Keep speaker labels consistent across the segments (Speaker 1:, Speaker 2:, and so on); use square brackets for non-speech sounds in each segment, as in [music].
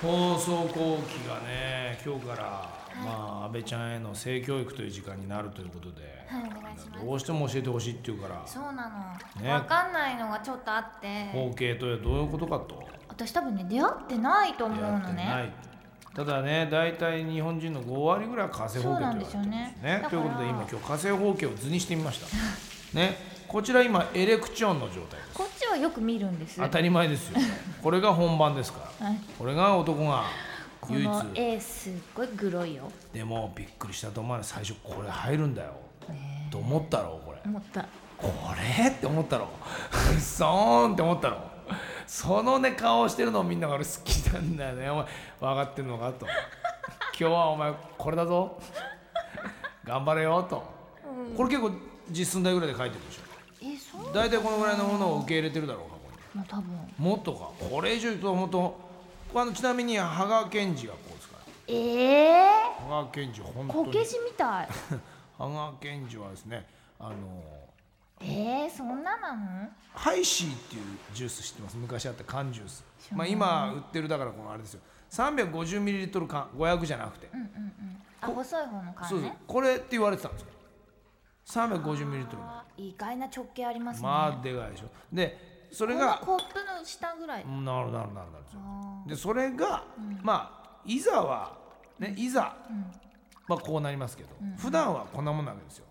Speaker 1: 放送後期がね今日から、まあ安倍ちゃんへの性教育という時間になるということで、
Speaker 2: はいお願いします
Speaker 1: どうしても教えてほしいっていうから
Speaker 2: そうなの、
Speaker 1: ね
Speaker 2: わかんないのがちょっとあって
Speaker 1: 包茎とはどういうことかと
Speaker 2: 私多分ね出会ってないと思う
Speaker 1: や
Speaker 2: の
Speaker 1: ってな
Speaker 2: ね
Speaker 1: いただね大体日本人の5割ぐらいは火星包茎と言われてるんですね
Speaker 2: そうなんですよね
Speaker 1: ということで
Speaker 2: だから
Speaker 1: 今今日火星包茎を図にしてみましたねこちら今エレクチョンの状態です
Speaker 2: こっちはよく見るんです
Speaker 1: 当たり前ですよこれが本番ですから、
Speaker 2: はい
Speaker 1: これが男が
Speaker 2: こ
Speaker 1: 唯一
Speaker 2: の絵すっごいグロいよ
Speaker 1: でもびっくりしたと思わない最初これ入るんだよ
Speaker 2: ね
Speaker 1: と思ったろこれ
Speaker 2: 思った
Speaker 1: これって思ったろうっそーんって思ったろそのね顔をしてるのをみんなが俺好きなんだよねお前分かってんのかと今日はお前これだぞ頑張れよと、これ結構実寸大ぐらいで書いてるでし
Speaker 2: えそう
Speaker 1: ょ大体このぐらいのものを受け入れてるだろう過去
Speaker 2: もう多分
Speaker 1: にもっとかこれ以上言うともっとあのちなみに羽賀健二がこうですか
Speaker 2: ええ
Speaker 1: ら羽賀健二本
Speaker 2: こ
Speaker 1: 当
Speaker 2: け
Speaker 1: [laughs] に
Speaker 2: しみたい
Speaker 1: 羽賀健二はですねあの
Speaker 2: えー、そんななの
Speaker 1: ハイシーっていうジュース知ってます昔あった缶ジュース
Speaker 2: 知、ら
Speaker 1: ま
Speaker 2: な
Speaker 1: あ、
Speaker 2: い
Speaker 1: 今売ってるだからこのあれですよ 350ml 缶500じゃなくて、
Speaker 2: うんうんうんあ細い方の
Speaker 1: そう
Speaker 2: 缶
Speaker 1: そう
Speaker 2: ね
Speaker 1: これって言われてたんですよ 350ml 缶
Speaker 2: あ意外な直径ありますね、
Speaker 1: まあでかいでしょでそ
Speaker 2: こ
Speaker 1: れ
Speaker 2: の
Speaker 1: が
Speaker 2: コップの下ぐらい
Speaker 1: うんなるなるなるなる
Speaker 2: あ
Speaker 1: でそれが、まあいざはねいざ、まあこうなりますけど、普段はこんなもんなわけですよ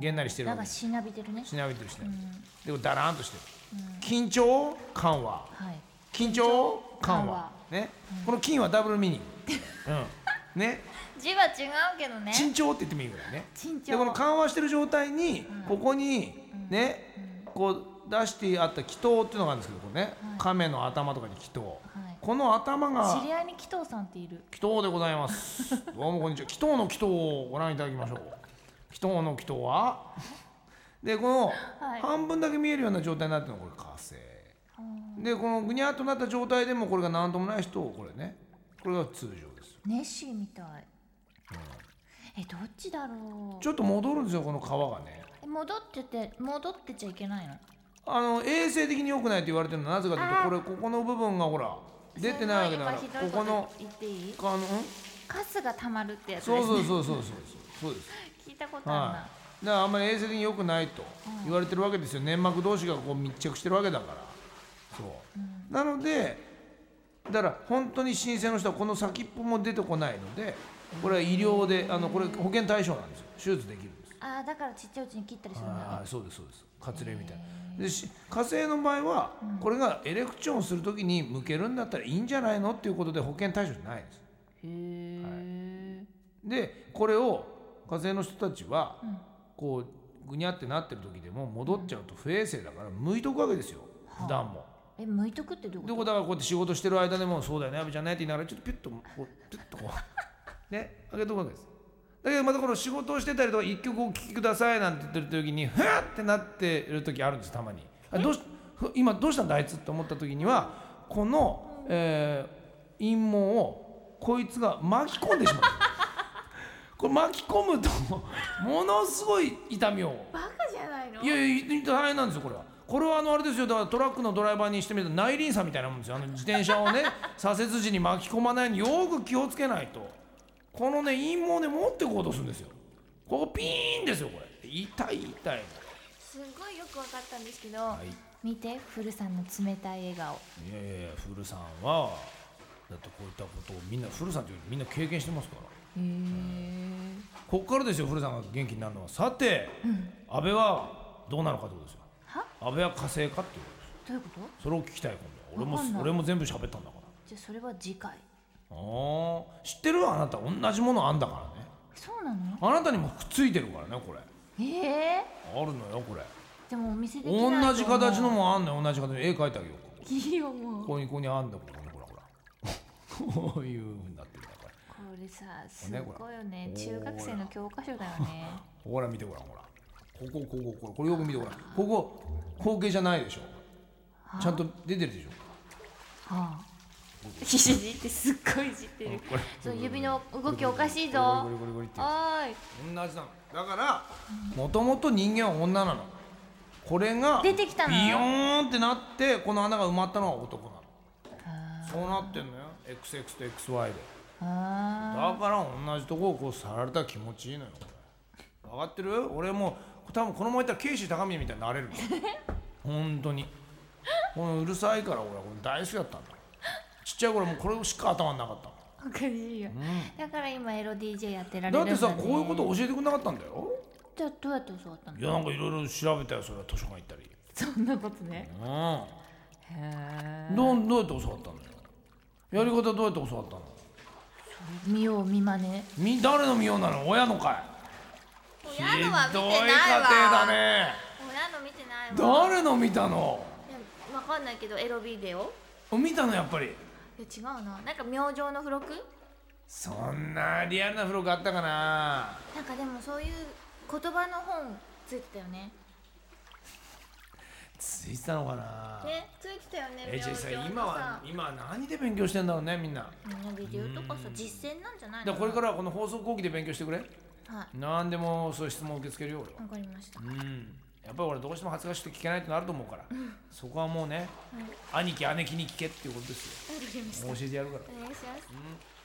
Speaker 1: げんなりして
Speaker 2: ー
Speaker 1: るわ
Speaker 2: なん
Speaker 1: け
Speaker 2: か
Speaker 1: です
Speaker 2: しなびてるね
Speaker 1: しなびてるしなびてるでもだらーんとしてる、緊張感は
Speaker 2: はい
Speaker 1: 緊張緩
Speaker 2: 緩
Speaker 1: 和
Speaker 2: 和
Speaker 1: ね、この金はダブルミニン
Speaker 2: [laughs]
Speaker 1: グ、うん、ね
Speaker 2: 字は違うけどね
Speaker 1: 緊張って言ってもいいぐらいね
Speaker 2: 緊
Speaker 1: でこの
Speaker 2: 張
Speaker 1: 緩和してる状態に、ここにね、こう出してあった祈祷っていうのがあるんですけどこれね、亀の頭とかに祈祷、
Speaker 2: い
Speaker 1: この頭が
Speaker 2: 知り合いに紀藤さんっている
Speaker 1: 祈祷でございます。どうもこんにちは。祈祷の祈祷をご覧いただきましょう。祈祷の祈祷は。で、この
Speaker 2: はい
Speaker 1: 半分だけ見えるような状態になってるの、これ火星。で、このぐにゃっとなった状態でも、これが何ともない人を、これね。これが通常ですよ。
Speaker 2: ネッシーみたい、えどっちだろ
Speaker 1: ちょっと戻るんですよ、この川がね。
Speaker 2: う戻ってて戻ってちゃいけないの
Speaker 1: あの衛生的に良くないと言われてるのはなぜかというと
Speaker 2: あー
Speaker 1: これここの部分がほら出てないわけだから
Speaker 2: す
Speaker 1: こ
Speaker 2: ご今ひどい
Speaker 1: こ
Speaker 2: と
Speaker 1: の
Speaker 2: 言っていい
Speaker 1: あのん
Speaker 2: カスがたまるってやつです
Speaker 1: そ
Speaker 2: ね
Speaker 1: うそうそうそうそうそうです
Speaker 2: 聞いたことあるな、
Speaker 1: はい、だからあんまり衛生的に良くないと言われてるわけですよ粘膜同士がこう密着してるわけだからそう、なのでだから本当に申請の人はこの先っぽも出てこないのでこれは医療であのこれ保険対象なんですよ手術できるんです
Speaker 2: ああだからちっちゃいうちに切ったりするんだ
Speaker 1: はいそうですそうです割礼みたいなでし火星の場合はこれがエレクチョンする時に向けるんだったらいいんじゃないのっていうことで保険対象じゃないです
Speaker 2: へえ、
Speaker 1: でこれを火星の人たちは、こうぐにゃってなってる時でも戻っちゃうと不衛生だから向いとくわけですよ普段も。
Speaker 2: え向いとくってどういう
Speaker 1: で
Speaker 2: こ
Speaker 1: こうだからこうやって仕事してる間でも「そうだよね阿部ちゃんね」って言いながらちょっとピュッとこうピュッとこうね上げとくわけです。だけどまたこの仕事をしてたりとか「一曲お聴きください」なんて言ってる時に「ふわっ!」ってなってる時あるんですたまに。あどうしふ今どうしたんだあいつって思った時にはこの、えー陰謀をこいつが巻き込んでしまう。これ巻き込むとものすごい痛みを
Speaker 2: とバカじゃないの
Speaker 1: いやいや大変なんですよこれは。これはあのあれですよだからトラックのドライバーにしてみると内輪差みたいなもんですよあの自転車をね [laughs] 左折時に巻き込まないようによく気をつけないとこのね陰謀をね持ってこうとするんですよここピーンですよこれ痛い痛い
Speaker 2: すごいよくわかったんですけ
Speaker 1: い
Speaker 2: ど、見て古さんの冷たい笑顔
Speaker 1: いやいや古さんはだってこういったことをみんな古さんってみんな経験してますから
Speaker 2: へ
Speaker 1: ここからですよ古さんが元気になるのはさて、安倍はどうなのかってことですよ
Speaker 2: は
Speaker 1: 安倍は火星かっていうことです
Speaker 2: どういうこと
Speaker 1: それを聞きたい今度は
Speaker 2: わ
Speaker 1: 俺
Speaker 2: かんな
Speaker 1: も
Speaker 2: い
Speaker 1: 俺も全部喋ったんだから
Speaker 2: じゃあそれは次回
Speaker 1: ああ知ってるわあなた同じものあんだからね
Speaker 2: そうなの
Speaker 1: あなたにもくっついてるからねこれ
Speaker 2: ええ
Speaker 1: あるのよこれ
Speaker 2: でもお店できな
Speaker 1: 同
Speaker 2: い
Speaker 1: じ
Speaker 2: と思う
Speaker 1: 形のもあんのよ同じ形の絵描いてあげよう
Speaker 2: いいよもう
Speaker 1: ここにここにあんだここにほらほらこういうふうになってるからこれ
Speaker 2: これさす
Speaker 1: れね
Speaker 2: ごいよね
Speaker 1: これ
Speaker 2: 中学生の教科書だよね
Speaker 1: ほら見てごらんほらこここここれこれよく見てごらんここ後継じゃないでしょちゃんと出てるでしょ
Speaker 2: はあひじじってすっごいいじってる
Speaker 1: これ
Speaker 2: そう指の動きおかしいぞ
Speaker 1: ゴリゴリゴリゴリゴリって
Speaker 2: おーい
Speaker 1: 同じなのだからもともと人間は女なのこれが
Speaker 2: 出てきたの
Speaker 1: ビヨーンってなってこの穴が埋まったのが男なの
Speaker 2: あ
Speaker 1: そうなってんのよ XX と XY でだ
Speaker 2: あ
Speaker 1: から同じとこをこうさられたら気持ちいいのよ分かってる俺もう多分このままいったらケイシー高宮みたいにな
Speaker 2: [laughs]
Speaker 1: れるの本当にこのうるさいから俺はこれ大好きだったんだちっちゃい頃もうこれしか頭になかった
Speaker 2: あおかしいよ、だから今エロ DJ やってられ
Speaker 1: だ
Speaker 2: る
Speaker 1: っ
Speaker 2: ん
Speaker 1: て
Speaker 2: ね
Speaker 1: さこういうこと教えてくれなかったんだよ
Speaker 2: じゃあどうやって教わったの
Speaker 1: いやなんかいろいろ調べたよそれは図書館行ったり
Speaker 2: そんなことね
Speaker 1: う
Speaker 2: へえ
Speaker 1: んどうどうやって教わったのよやり方どうやって教わったの
Speaker 2: 見よう見まね
Speaker 1: み誰の見ようなの親のかい
Speaker 2: 親のは見てないわ
Speaker 1: ひどい家庭だね
Speaker 2: 親の見てないわ
Speaker 1: 誰の見たの
Speaker 2: いやわかんないけどエロビデオ
Speaker 1: 見たのやっぱり
Speaker 2: いや違うななんか明星の付録
Speaker 1: そんなリアルな付録あったかな
Speaker 2: なんかでもそういう言葉の本ついてたよね
Speaker 1: ついてたのかな
Speaker 2: ねついてたよね
Speaker 1: え
Speaker 2: 明
Speaker 1: じゃあ
Speaker 2: 星
Speaker 1: さ
Speaker 2: のさ
Speaker 1: 今は今は何で勉強してんだろうねみんな
Speaker 2: うんビデオとかさ実践なんじゃない
Speaker 1: だ
Speaker 2: の
Speaker 1: からこれからはこの放送後期で勉強してくれ
Speaker 2: はい
Speaker 1: 何でもそういう質問受け付けるよ俺は
Speaker 2: わかりました
Speaker 1: うんやっぱり俺どうしても恥ずかしくて聞けないとなると思うから、そこはもうね、兄貴姉貴に聞けっていうことですよ
Speaker 2: わかりました
Speaker 1: もう教えてやるから
Speaker 2: お願いします